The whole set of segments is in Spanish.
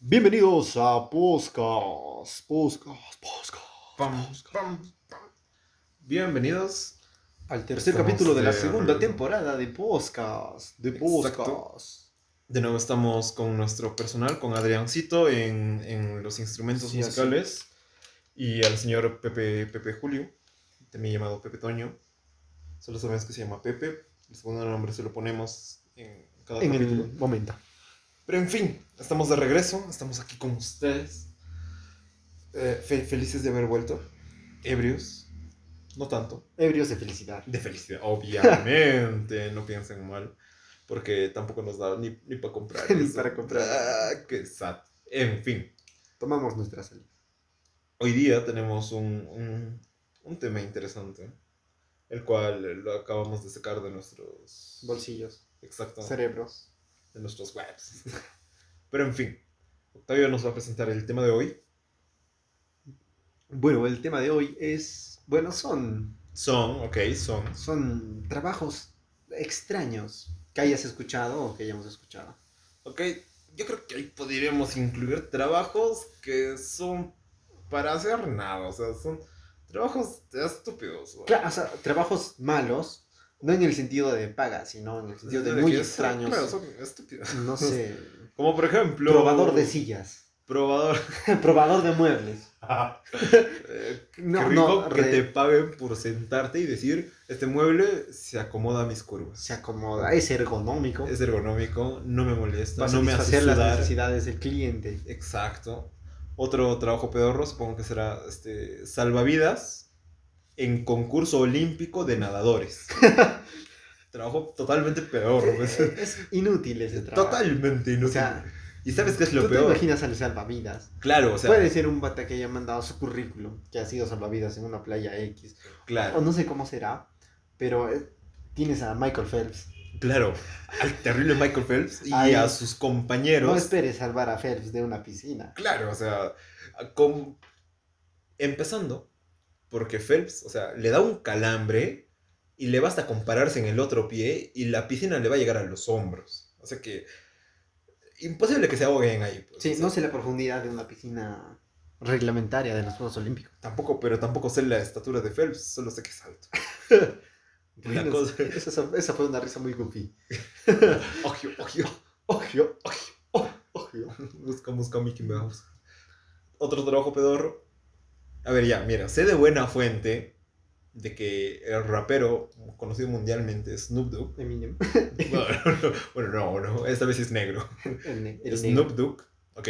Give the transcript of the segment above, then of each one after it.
Bienvenidos a Podcast, Podcast, Podcast. Pam, pam, pam. Bienvenidos. Al tercer Estamos capítulo de la de- segunda temporada de Podcast, de Exacto. Podcast. De nuevo estamos con nuestro personal, con Adriancito en, en los instrumentos Sí, así. musicales y al señor Pepe, Pepe Julio, también llamado Pepe Toño. Solo sabemos que se llama Pepe. El segundo nombre se lo ponemos en cada En capítulo. el momento. Pero en fin, estamos de regreso, estamos aquí con ustedes. Eh, fe- felices de haber vuelto. Ebrios. No tanto. Ebrios de felicidad. De felicidad, obviamente, no piensen mal, porque tampoco nos da ni, ni para comprar. Ni eso. para comprar. Ah, qué sad. En fin, Tomamos nuestra salida. hoy día tenemos un, un, un tema interesante, el cual lo acabamos de sacar de nuestros Bolsillos, Exacto, cerebros. de nuestros webs. Pero en fin, Octavio nos va a presentar el tema de hoy. Bueno, el tema de hoy es, bueno, son, Son, ok, son. son trabajos extraños que hayas escuchado o que hayamos escuchado. Ok, yo creo que ahí podríamos incluir trabajos que son para hacer nada, o sea, son trabajos estúpidos. güey. Claro, o sea, trabajos malos, no en el sentido de paga, sino en el sentido de Que muy son- extraños. Claro, son estúpidos. No sé. Como por ejemplo... Probador de sillas. Probador. Probador de muebles. Eh, No, qué rico no, que re- te paguen por sentarte y decir, este mueble se acomoda a mis curvas. se acomoda, es ergonómico. Es ergonómico, no me molesta, va a no me hace satisfacer las sudar. necesidades del cliente. Exacto. Otro trabajo pedorro, supongo que será este, salvavidas en concurso olímpico de nadadores. trabajo totalmente pedorro. pues. Eh, Es inútil ese trabajo. Totalmente inútil. O sea, ¿Y sabes qué es tú lo te peor? imaginas al salvavidas. Claro, o sea, Puede ser un bata que haya mandado su currículum, que ha sido salvavidas en una playa X. O claro, no sé cómo será, pero eh, tienes a Michael Phelps. claro. Al terrible Michael Phelps y Ay. a sus No compañeros. esperes salvar a Phelps de una piscina. claro, o sea, con- empezando porque Phelps, o sea, le da un calambre y le basta con pararse en el otro pie y la piscina le va a llegar a los hombros. O sea que imposible que se ahoguen ahí. pues, o Sí, sea, no sé la profundidad de una piscina reglamentaria de los Juegos Olímpicos. Tampoco, pero tampoco sé la estatura de Phelps, solo sé que es alto. La Bueno, cosa- esa, esa fue una risa muy goofy. Ojo, ojo, Ojo, ojo. Busca, busca Mickey Mouse. Otro trabajo pedorro. A ver, ya, mira, sé de buena fuente de que el rapero conocido mundialmente, Snoop Dogg, Eminem. No, no, no. Bueno, no, no, esta vez es negro. El, ne- el Snoop Dogg, ok.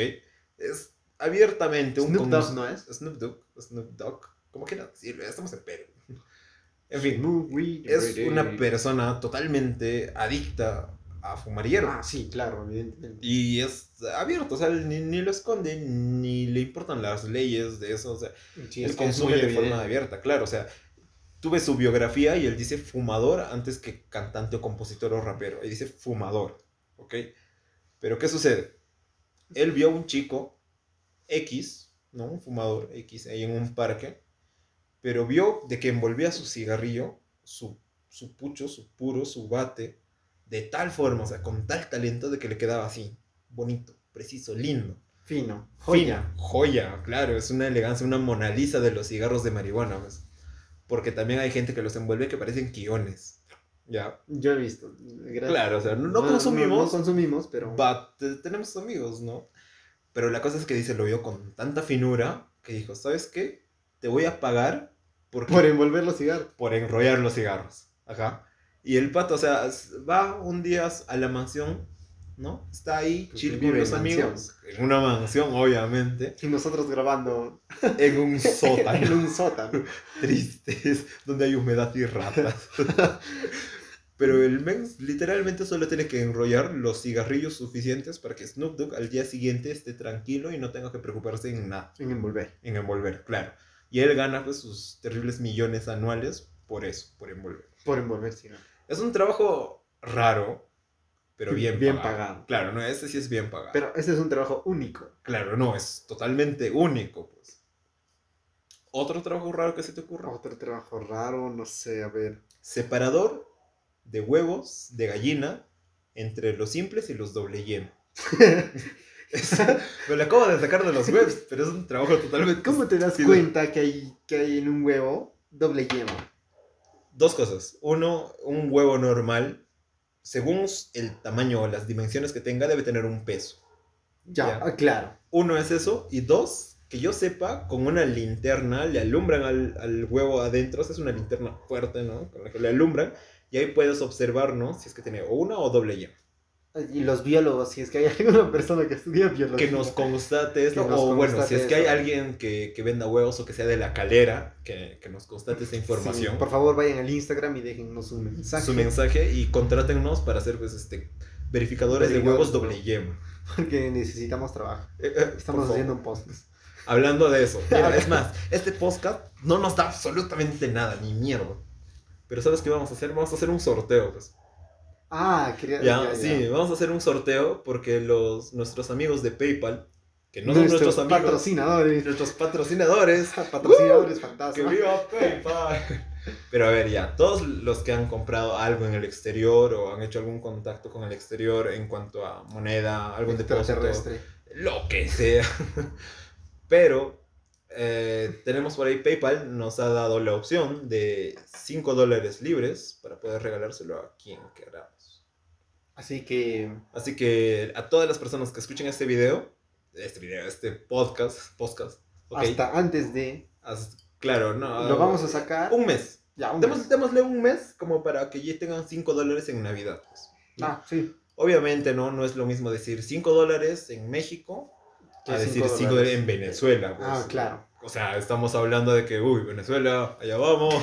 Es abiertamente negro. un Snoop con- Dogg no es. Snoop Dogg, Snoop Dogg, como quieran decirlo, ya estamos en Perú. En fin, es Es una persona totalmente adicta a fumar hierba. Ah, sí, claro, evidentemente. Y es abierto, o sea, ni, ni lo esconde, ni le importan las leyes de eso, o sea, Sí, él es que es muy consume de forma evidente. abierta, claro, o sea, tuve su biografía y él dice fumador antes que cantante o compositor o rapero, él dice fumador, ¿ok? Pero ¿qué sucede? Él vio a un chico X, ¿no? Un fumador X ahí en un parque, pero vio de que envolvía su cigarrillo, su, su pucho, su puro, su bate, de tal forma, o sea, con tal talento de que le quedaba así, bonito, preciso, lindo. Fino, joya. Joya. Joya, claro, es una elegancia, una Mona Lisa de los cigarros de marihuana, pues. Porque también hay gente que los envuelve que parecen guiones. Ya. Yo he visto. Gracias. Claro, o sea, no, no No, consumimos, consumimos, pero. but, eh, tenemos amigos, ¿no? Pero la cosa es que dice, lo vio con tanta finura que dijo, ¿sabes qué? Te voy a pagar porque Por envolver los cigarros. por enrollar los cigarros. Ajá. Y el pato, o sea, s- va un día a la mansión, ¿no? Está ahí, Porque chill con vive los en amigos. En una mansión, obviamente. Y nosotros grabando En un en sótano. un sótano. tristes, donde hay humedad y ratas. Pero el men literalmente solo tiene que enrollar los cigarrillos suficientes para que Snoop Dogg al día siguiente esté tranquilo y no tenga que preocuparse en nada, En envolver. en envolver, claro. Y él gana pues sus terribles millones anuales por eso, por envolver. Por envolver cigarros. Es un trabajo raro, pero bien, Bien pagado. Claro, no, este sí es bien pagado. Pero este es un trabajo único. claro, no, es totalmente único, pues. ¿Otro trabajo raro que se te ocurra? Otro trabajo raro, no sé, a ver. Separador de huevos de gallina entre los simples y los doble yema. Me lo acabo de sacar de los webs, pero es un trabajo totalmente. ¿Cómo te das Sí, cuenta que hay, que hay en un huevo doble yema? Dos cosas. Uno, un huevo normal, según el tamaño o las dimensiones que tenga, debe tener un peso. Ya, Ya. ah, claro. Uno es eso. Y dos, que yo sepa, con una linterna le alumbran al, al huevo adentro. Esa es una linterna fuerte, ¿no? Con la que le alumbran. Y ahí puedes observar, ¿no? Si es que tiene o una o doble yema. Y los biólogos, si es que hay alguna persona que estudia biología. Que nos constate esto. Que nos o bueno, si constate es que hay eso. alguien que, que venda huevos o que sea de la calera, que, que nos constate esa información. Sí, por favor, vayan al Instagram y déjennos un mensaje. su mensaje y contrátennos para ser pues, este, verificadores de Verificadores. huevos doble yema. Porque necesitamos trabajo. Eh, eh, por Estamos favor. haciendo un podcast. Hablando de eso. Mira, es más, este podcast no nos da absolutamente nada, ni mierda. Pero ¿sabes qué vamos a hacer? Vamos a hacer un sorteo, pues. Ah, quería. Ya, sí, vamos a hacer un sorteo porque los, nuestros amigos de PayPal, que no Nuestros son nuestros amigos, patrocinadores. nuestros patrocinadores, Patrocinadores ¡Que fantasmas. viva PayPal! Pero a ver, ya, todos los que han comprado algo en el exterior o han hecho algún contacto con el exterior en cuanto a moneda, algún depósito, Extraterrestre. lo que sea. Pero eh, tenemos por ahí PayPal, nos ha dado la opción de 5 dólares libres para poder regalárselo a quien queramos. Así que. Así que a todas las personas que escuchen este video, este video, este podcast, podcast, ok, Hasta antes de. hasta- claro, no, Lo vamos a sacar. un mes. Ya, un Demos- mes. démosle un mes como para que ya tengan 5 dólares en Navidad. pues. Ah, sí. Obviamente, ¿no? No es lo mismo decir 5 dólares en México que Que decir cinco 5 dólares en Venezuela. pues. Ah, claro. O sea, estamos hablando de que, uy, Venezuela, allá vamos.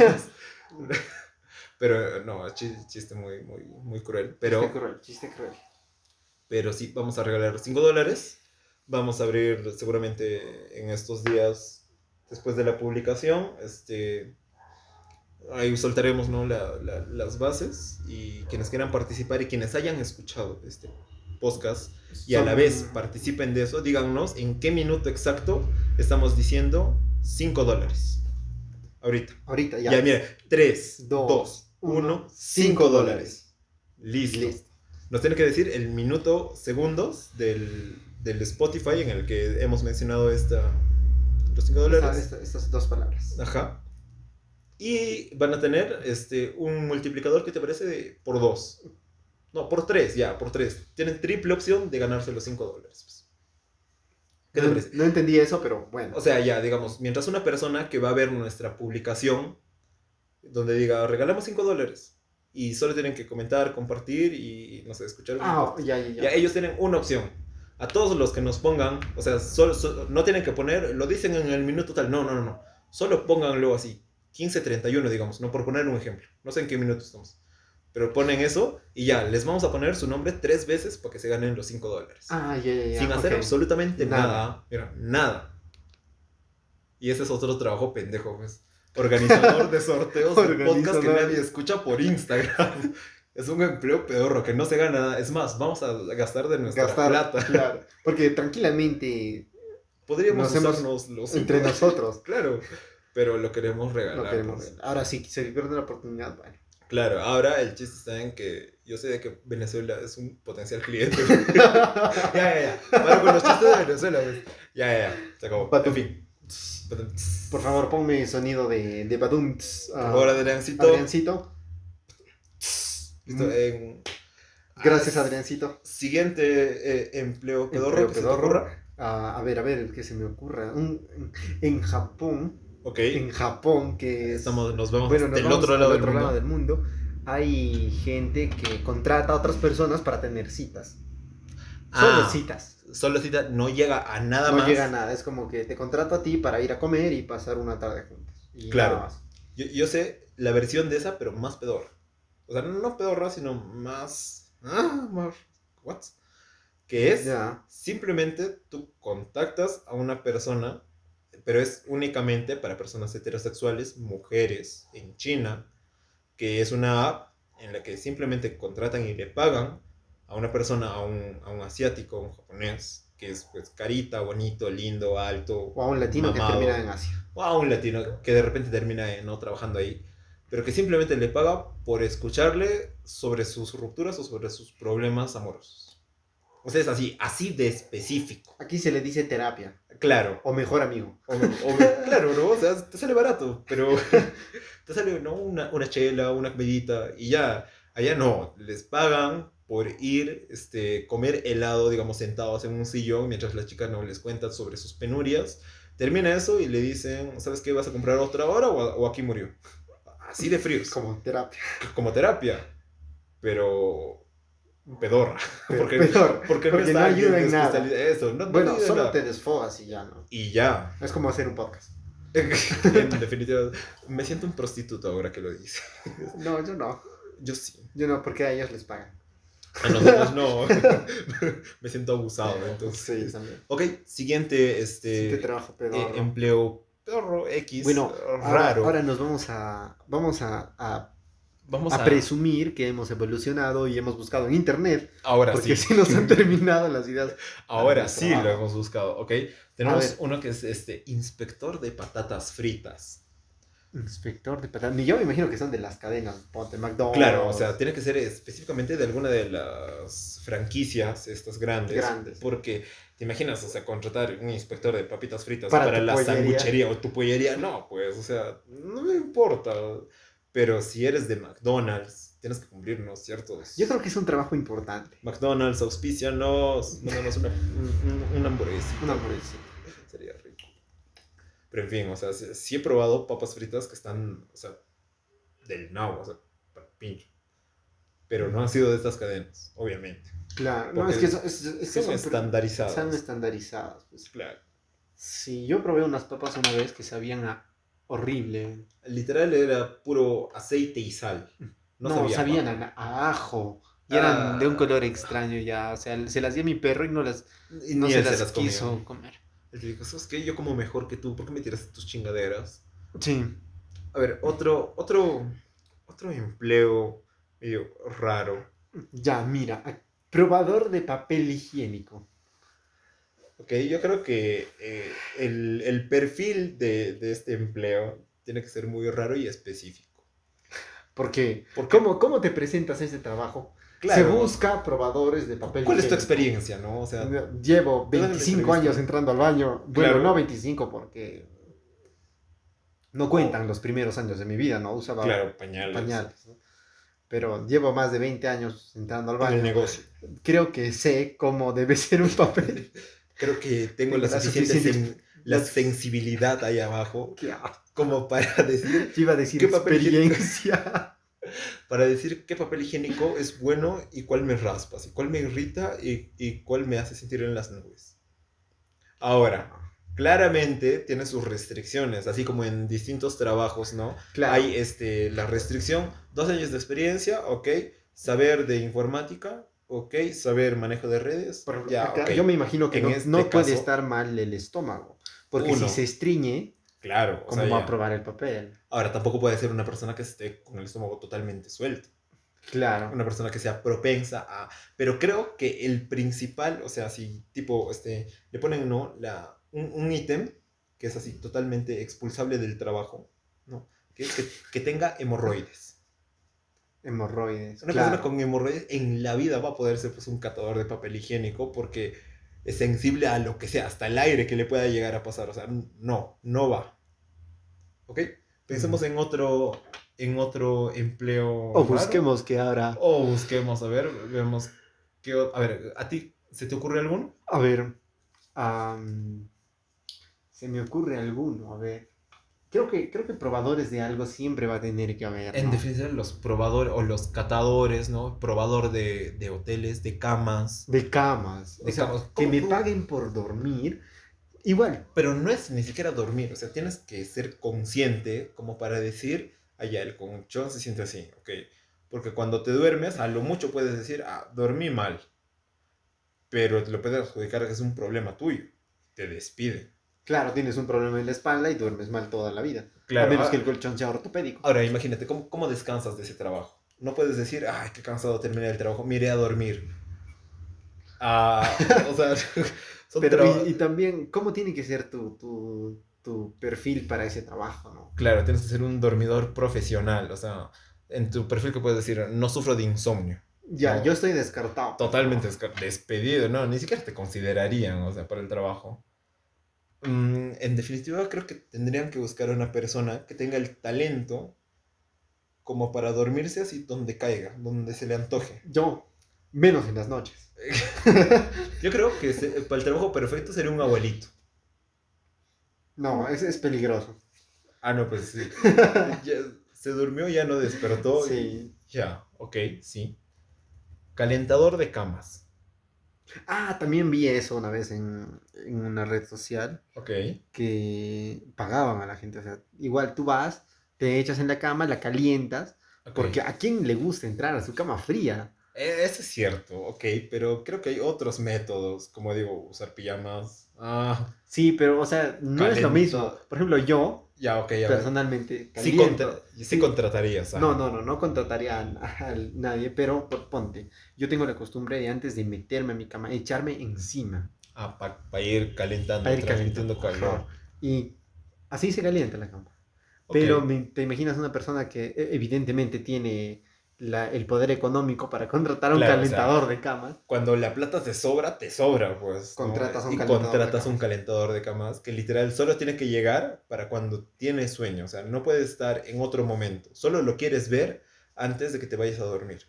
pero no, es chi- chiste muy, muy, muy cruel. Chiste Pero, cruel, chiste cruel. pero sí, vamos a regalar 5 dólares. Vamos a abrir seguramente en estos días después de la publicación. Este, ahí soltaremos ¿no? la- la- las bases y quienes quieran participar y quienes hayan escuchado este podcast y a la Son- vez participen de eso, díganos en qué minuto exacto estamos diciendo 5 dólares. Ahorita. Ahorita, Ya, ya. mira, 3, Dos, 2, uno, 1, cinco 5 dólares. Listo. Listo. Nos tiene que decir el minuto segundos del, del Spotify en el que hemos mencionado esta, los 5 Esta- dólares. esta- Estas dos palabras. Ajá. Y van a tener este, un multiplicador que te parece de- por 2. No, por 3, ya, por 3. Tienen triple opción de ganarse los 5 dólares. pues. ¿Qué te no, parece? no entendí eso, pero bueno. O sea, ya, digamos, mientras una persona que va a ver nuestra publicación, donde diga, regalamos 5 dólares, y solo tienen que comentar, compartir y, no sé, escuchar. un ah, podcast. ya, ya, ya. ya, ellos tienen una opción. A todos los que nos pongan, o sea, solo, solo- no tienen que poner, lo dicen en el minuto tal, no, no, no, no. Solo pónganlo así, 15.31, digamos, no por poner un ejemplo. No sé en qué minuto estamos. Pero ponen eso y ya, les vamos a poner su nombre tres veces para que se ganen los 5 dólares Ah, ya, ya, ya. sin hacer ok. absolutamente nada. Nada. Mira, nada. Y ese es otro trabajo pendejo, pues. Organizador de sorteos de podcast que Organizador. nadie escucha por Instagram. Es un empleo pedorro que no se gana nada. Es más, vamos a gastar de nuestra Gastar. plata. Claro. Porque tranquilamente, Podríamos Nos hemos- usarnos los entre nosotros, Claro, pero lo queremos regalar. lo queremos. pues. Ahora sí, se pierde la oportunidad, bueno. Claro, ahora el chiste está en que yo sé de que Venezuela es un potencial cliente. ya, ya, ya. Para con los chistes de Venezuela, pues. Ya, ya, ya. Se acabó. Patum. En fin. Patum. Por favor, ponme sonido de, de Badum. tss, ah, Ahora Adriancito. Adriancito. Listo, Mm. en- Gracias, Ah, Adriancito. Siguiente eh, empleo pedorro Empleo que se te pedorro. ocurra. Ah, a ver, a ver, que se me ocurra. Un- en- en Japón, Ok. en Japón, que es- Estamos, nos vamos bueno, nos del vamos otro al lado del otro mundo. lado del mundo, hay gente que contrata a otras personas para tener citas. Solo Ah. citas. Solo cita no llega a nada no más. llega a nada, es como que te contrato a ti para ir a comer y pasar una tarde juntos. Y Claro. nada más. Yo, yo sé la versión de esa, pero más pedorra. O sea, no pedorra, sino más. Ah, más. What? Que es. Ya. Simplemente tú contactas a una persona, pero es únicamente para personas heterosexuales, mujeres, en China, que es una app en la que simplemente contratan y le pagan a una persona, a un, a un asiático, a un japonés, que es pues carita, bonito, lindo, alto, O a un latino Mamado. que termina en Asia. o a un latino que de repente termina eh, no trabajando ahí, pero que simplemente le paga por escucharle sobre sus rupturas o sobre sus problemas amorosos. O sea, es así, así de específico. Aquí se le dice terapia. Claro. O mejor amigo. o- o- claro, ¿no? O sea, te sale barato, pero te sale ¿no? una, una chela, una comidita y ya. Allá no, les pagan por ir, este, comer helado, digamos, sentados en un sillón mientras las chicas no les cuentan sobre sus penurias. Termina eso y le dicen, ¿sabes qué? ¿Vas a comprar otra hora o, o aquí murió? Así de fríos, como, Como terapia. como terapia, pero pedorra. Porque, peor. porque, porque no está ayuda en alguien nada. especiali- Eso, no, no Bueno, ayuda en solo nada. te desfogas y ya, ¿no? Y ya, Es como hacer un podcast. en definitiva, me siento un prostituto ahora que lo dice. No, yo no. Yo sí. Yo no, porque a ellos les pagan. A nosotros no. me siento abusado, entonces. Sí, también. Ok, siguiente Sí, te este, trabajo eh, pedorro. empleo pedorro X. Bueno, raro. Ahora, ahora nos vamos a vamos a, a- Vamos a a. presumir que hemos evolucionado y hemos buscado en internet, ahora porque Ah, sí. sí nos han terminado las ideas. Ahora Al sí trabajo. lo hemos buscado, ok. A Tenemos ver. uno que es este inspector de patatas fritas. Inspector de patatas. Ni yo me imagino que son de las cadenas, ponte McDonald's. Claro, o sea, tiene que ser específicamente de alguna de las franquicias, estas grandes. Grandes. Porque, ¿te imaginas? O sea, contratar un inspector de papitas fritas Para para, tu la pollería. sanguchería o tu pollería, no, pues, o sea, no me importa. Pero si eres de McDonald's, tienes que cumplirnos ciertos. yo creo que es un trabajo importante. McDonald's, auspicianos, mándanos una, un- un- una hamburguesa. Una hamburguesa. Sería rico. Pero en fin, o sea, sí, sí he probado papas fritas que están, o sea, del nabo, o sea, para el pincho. Pero no han sido de estas cadenas, obviamente. Claro, no, Porque es que son, es- es que son Son pre- estandarizadas. están estandarizadas. Pues. Claro. Sí, yo probé unas papas una vez que sabían a horrible. Literal era puro aceite y sal. No, No, sabía, sabían ¿no? a, a ajo. Y eran Ah. de un color extraño ya. O sea, se las di a mi perro y no las Y no ni se él las, comió. quiso comer. Él te dijo, ¿sabes qué? Yo como mejor que tú, ¿por qué me tiraste tus chingaderas? Sí. A ver, otro, otro, otro empleo medio raro. Ya, mira. a- Probador de papel higiénico. Ok, yo creo que eh, el, el perfil de, de este empleo tiene que ser muy raro y específico. Porque, Porque, ¿cómo, cómo te presentas a este trabajo? claro, Se busca probadores de papel ¿cuál es tu higiénico. experiencia, no? O sea, Llevo Te dan la 25 entrevista. años entrando al baño. Bueno, Claro. no 25 porque no cuentan los primeros años de mi vida, ¿no? Usaba claro, pañales. pañales. ¿no? Pero llevo más de 20 años entrando al En el baño. negocio. Creo que sé cómo debe ser un papel. Creo que tengo la, La suficiente, suficiente- sen- la sensibilidad ahí abajo Qué asco. como para decir, Yo iba a decir ¿Qué papel higiénico? experiencia. para decir qué papel higiénico es bueno y cuál me raspas, y cuál me irrita y, y cuál me hace sentir en las nubes. Ahora, claramente tiene sus restricciones, así como en distintos trabajos, ¿no? claro. Hay este, la restricción, dos años de experiencia, ok, saber de informática, ok, saber manejo de redes, Por ejemplo, ya, acá ok. Yo me imagino que En no, este no puede caso- estar mal el estómago. Porque si Uno. se estriñe, claro. o ¿cómo sea, va ya. a probar el papel? Ahora, tampoco puede ser una persona que esté con el estómago totalmente suelto, Claro. una persona que sea propensa a... Pero creo que el principal, o sea, si tipo, este, le ponen, ¿no? La, un un ítem que es así totalmente expulsable del trabajo, ¿no? Que, es que, que tenga hemorroides. Hemorroides. Una claro. persona con hemorroides en la vida va a poder ser pues, un catador de papel higiénico porque es sensible a lo que sea, hasta el aire que le pueda llegar a pasar. O sea, no, no va. ¿Ok? Pensemos en otro en otro empleo. O raro. busquemos que ahora. O busquemos, a ver, vemos qué o- A ver, ¿a ti se te ocurre alguno? A ver. am, se me ocurre alguno. A ver. Creo que, creo que probadores de algo siempre va a tener que haber. En ¿no? definitiva, los probadores o los catadores, ¿no? Probador de, de hoteles, de camas. De camas. De o sea, camas. que ¿Cómo me tú? paguen por dormir. Igual. Pero no es ni siquiera dormir, o sea, tienes que ser consciente como para decir, allá el colchón se siente así, ¿ok? Porque cuando te duermes, a lo mucho puedes decir, ah, dormí mal. Pero te lo puedes adjudicar que es un problema tuyo. Te despiden. Claro, tienes un problema en la espalda y duermes mal toda la vida. a menos Ah. que el colchón sea ortopédico. Ahora, imagínate, ¿cómo, ¿cómo descansas de ese trabajo? No puedes decir, ay, qué cansado terminé el trabajo, me iré a dormir. Ah, o sea, son Pero, trabajos- y, y también, ¿cómo tiene que ser tu, tu, tu perfil para ese trabajo, no? Claro, tienes que ser un dormidor profesional, o sea, en tu perfil que puedes decir, no sufro de insomnio. Ya, No. yo estoy descartado. Totalmente desca- despedido, no, ni siquiera te considerarían, o sea, para el trabajo. Mm, en definitiva, creo que tendrían que buscar a una persona que tenga el talento como para dormirse así donde caiga, donde se le antoje. Yo, menos en las noches. Yo creo que se- para el trabajo perfecto sería un abuelito. No, es, es peligroso. Ah, no, pues sí. Ya se durmió, ya no despertó. y- Sí. Ya, ok, sí. Calentador de camas. Ah, también vi eso una vez en, en una red social Ok. que pagaban a la gente. O sea, igual tú vas, te echas en la cama, la calientas, ok. porque a quién le gusta entrar a su cama fría. Eh, Eso es cierto, ok, pero creo que hay otros métodos, como digo, usar pijamas. Ah, Sí, pero, o sea, no es lo mismo. Caliento. Por ejemplo, yo, ya, ok, ya. personalmente, sí, caliento. contra- sí contratarías. ah. No, no, no, no contrataría a, a nadie, pero po- ponte, yo tengo la costumbre de antes de meterme a mi cama, echarme encima Ah, para ir calentando, para ir transmitiendo calentando. calor. Ajá. Y así se calienta la cama. Ok, Pero me- te imaginas una persona que eh, evidentemente tiene la- el poder económico para contratar a un Claro, o sea, calentador de cama. Cuando la plata te sobra, te sobra, pues. ¿no? Contratas a un y calentador de contratas un camas. calentador de camas que literal solo tiene que llegar para cuando tienes sueño. O sea, no puede estar en otro momento. Solo lo quieres ver antes de que te vayas a dormir.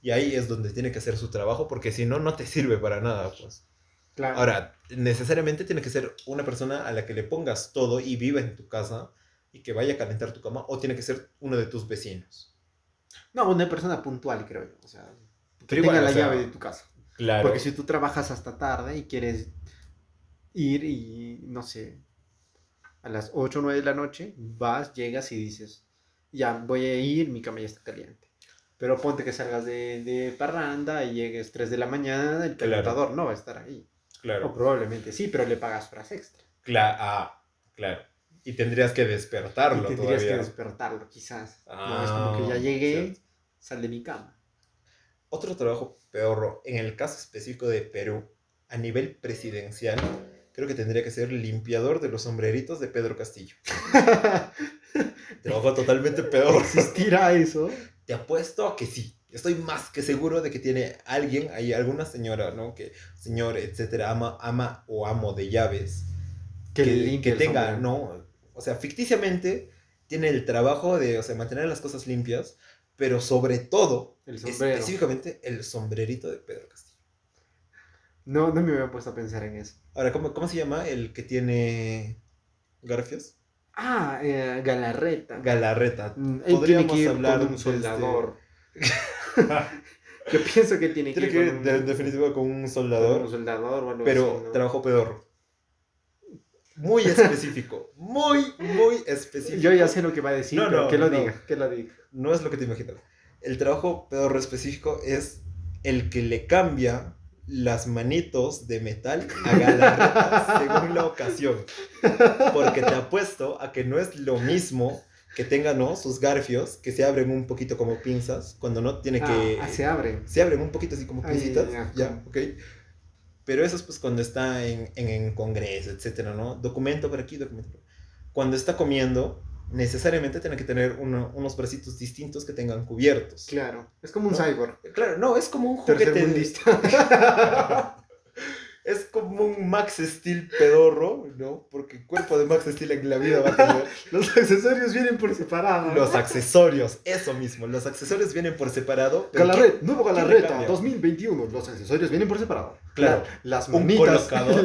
Y ahí es donde tiene que hacer su trabajo, porque si no, no te sirve para nada, pues. Claro. Ahora, necesariamente tiene que ser una persona a la que le pongas todo y viva en tu casa y que vaya a calentar tu cama, o tiene que ser uno de tus vecinos. No, una persona puntual, creo yo. O sea, que Pero tenga igual, la o sea, llave de tu casa. Claro. Porque si tú trabajas hasta tarde y quieres ir y, no sé, a las 8 o 9 de la noche, vas, llegas y dices, ya voy a ir, mi cama ya está caliente. Pero ponte que salgas de, de parranda y llegues 3 de la mañana, el Claro. calentador no va a estar ahí. O Claro. probablemente sí, pero le pagas horas extra. Cla- ah, claro. Y tendrías que despertarlo Y tendrías todavía. que despertarlo, quizás. Ah, no, es como que ya llegué, cierto. sal de mi cama. Otro trabajo peor, en el caso específico de Perú, a nivel presidencial, creo que tendría que ser limpiador de los sombreritos de Pedro Castillo. Trabajo totalmente peor. ¿Existirá eso? Te apuesto a que sí. Estoy más que seguro de que tiene alguien ahí, alguna señora, ¿no? Que señor, etcétera, ama, ama o amo de llaves. Que, que, limpie que el tenga, sombrero. ¿no? O sea, ficticiamente tiene el trabajo de, o sea, mantener las cosas limpias, pero sobre todo, El sombrero. específicamente, el sombrerito de Pedro Castillo. No, no me había puesto a pensar en eso. Ahora, ¿cómo, cómo se llama el que tiene garfios? Ah, eh, Galarreta. Galarreta. Mm, él tiene Podríamos que ir hablar con de un este- soldador. Yo pienso que tiene, Tiene que que ver, ir con de- un, en definitiva, con un con un soldador, soldador o algo pero así, ¿no? trabajo pedorro. Muy específico, muy, muy específico. Yo ya sé lo que va a decir, No, pero no, que lo no. diga, que lo diga. no es lo que te imaginas. El trabajo pedorro específico es el que le cambia las manitos de metal a galarreta según la ocasión. Porque te apuesto a que no es lo mismo que tenga ¿no? sus garfios que se abren un poquito como pinzas cuando no tiene que Ah, ah, se abre. se abren un poquito así como Ay, pincitas, ya, ya, ok. Pero eso es pues cuando está en, en, en congreso, etcétera, ¿no? Documento por aquí, documento por Cuando está comiendo, necesariamente tiene que tener uno- unos bracitos distintos que tengan cubiertos. Claro. Claro. Es como un ¿No? cyborg. no, es como un juguete. de- Tercermundista. es como un Max Steel pedorro, ¿no? Porque el cuerpo de Max Steel en la vida va a tener Los accesorios vienen por separado. los accesorios, eso mismo. Los accesorios vienen por separado. pero ¿qué- Galarreta, nuevo le Galarreta cambia? 2021. Los accesorios vienen por separado. Claro. La- las Un manitas. colocador.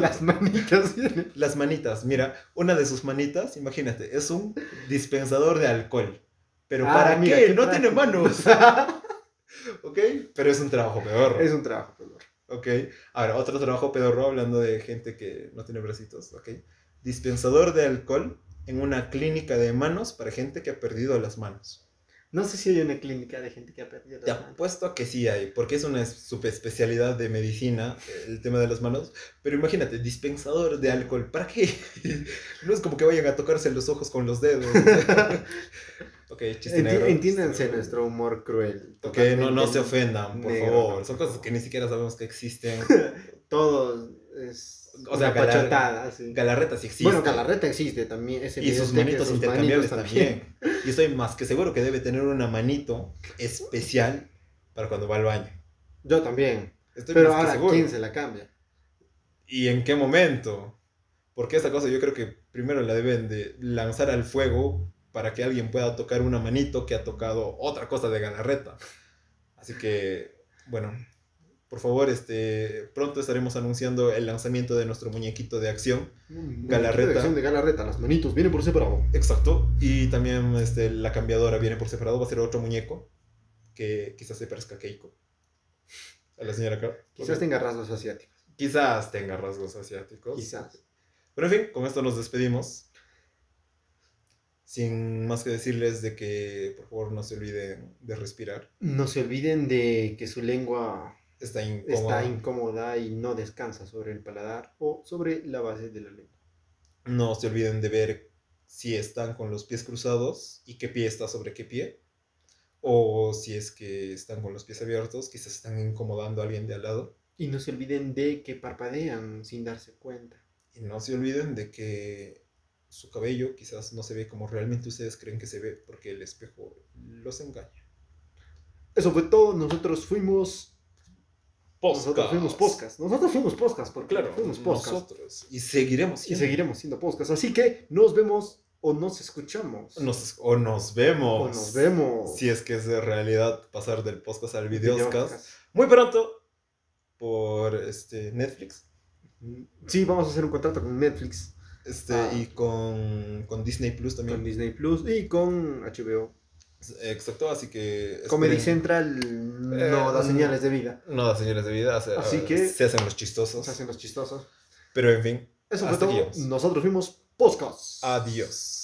Las manitas vienen. Las manitas, mira, una de sus manitas, imagínate, es un dispensador de alcohol. Pero Ah, para mira, qué, qué no tiene práctico. manos, ¿ok? Pero es un trabajo pedorro, es un trabajo, perdón. ¿ok? Ahora, otro trabajo pedorro, hablando de gente que no tiene bracitos, ¿ok? Dispensador de alcohol en una clínica de manos para gente que ha perdido las manos. No sé si hay una clínica de gente que ha perdido Te las manos. apuesto a que sí hay, porque es una subespecialidad de medicina, el tema de las manos. Pero imagínate, dispensador de alcohol, ¿para qué? No es como que vayan a tocarse los ojos con los dedos. ok, chiste Enti- negro, entiéndanse chiste negro. nuestro humor cruel. Ok, no, no se ofendan, por negro, favor. no, Son por cosas que ni siquiera sabemos que existen. Todos es O sea, una Galarreta. pachotada, sí. Galarreta sí existe. Bueno, Galarreta existe también. Es y sus evidente que manitos sus intercambiables manitos también. Y estoy más que seguro que debe tener una manito especial para cuando va al baño. Yo también. Estoy pero más que ahora, seguro. ¿quién se la cambia? ¿Y en qué momento? Porque esta cosa yo creo que primero la deben de lanzar al fuego para que alguien pueda tocar una manito que ha tocado otra cosa de Galarreta. Así que, bueno, por favor, este, pronto estaremos anunciando el lanzamiento de nuestro muñequito de acción. Mm, Galarreta. la acción de Galarreta, las manitos, viene por separado. Exacto. Y también este, la cambiadora viene por separado, va a ser otro muñeco que quizás se parezca a Keiko. A la señora acá. Quizás tenga rasgos asiáticos. quizás tenga rasgos asiáticos. Quizás. Pero en fin, con esto nos despedimos. Sin más que decirles de que por favor no se olviden de respirar. No se olviden de que su lengua Está incómodo. está incómoda y no descansa sobre el paladar o sobre la base de la lengua. No se olviden de ver si están con los pies cruzados y qué pie está sobre qué pie. O si es que están con los pies abiertos, quizás están incomodando a alguien de al lado. Y no se olviden de que parpadean sin darse cuenta. Y no se olviden de que su cabello quizás no se ve como realmente ustedes creen que se ve porque el espejo los engaña. Eso fue todo. Nosotros fuimos. Nosotros Podcast. fuimos podcast. Nosotros fuimos podcast, porque Claro, fuimos podcast. nosotros. Y seguiremos. Y siendo. seguiremos siendo podcast. Así que nos vemos o nos escuchamos. Nos- o nos vemos. O nos vemos. Si es que es de realidad pasar del podcast al videoscast. Videocast. Muy pronto. Por este Netflix. Sí, vamos a hacer un contrato con Netflix, Este, Ah. y con, con Disney Plus también. con Disney Plus y con HBO. Exacto, así que. esperen. Comedy Central no da Este, Eh, señales de vida. No da señales de vida. se- ah, Así que- Se hacen los chistosos. Se hacen los chistosos. Pero en fin. Eso fue Hasta aquí todo. llegamos. Nosotros fuimos podcast. Adiós.